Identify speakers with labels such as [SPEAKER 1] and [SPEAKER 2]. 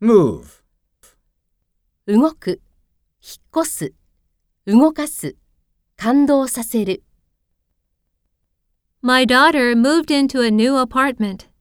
[SPEAKER 1] move,
[SPEAKER 2] 動く、引っ越す、動かす、感動させる。
[SPEAKER 3] My daughter moved into a new apartment.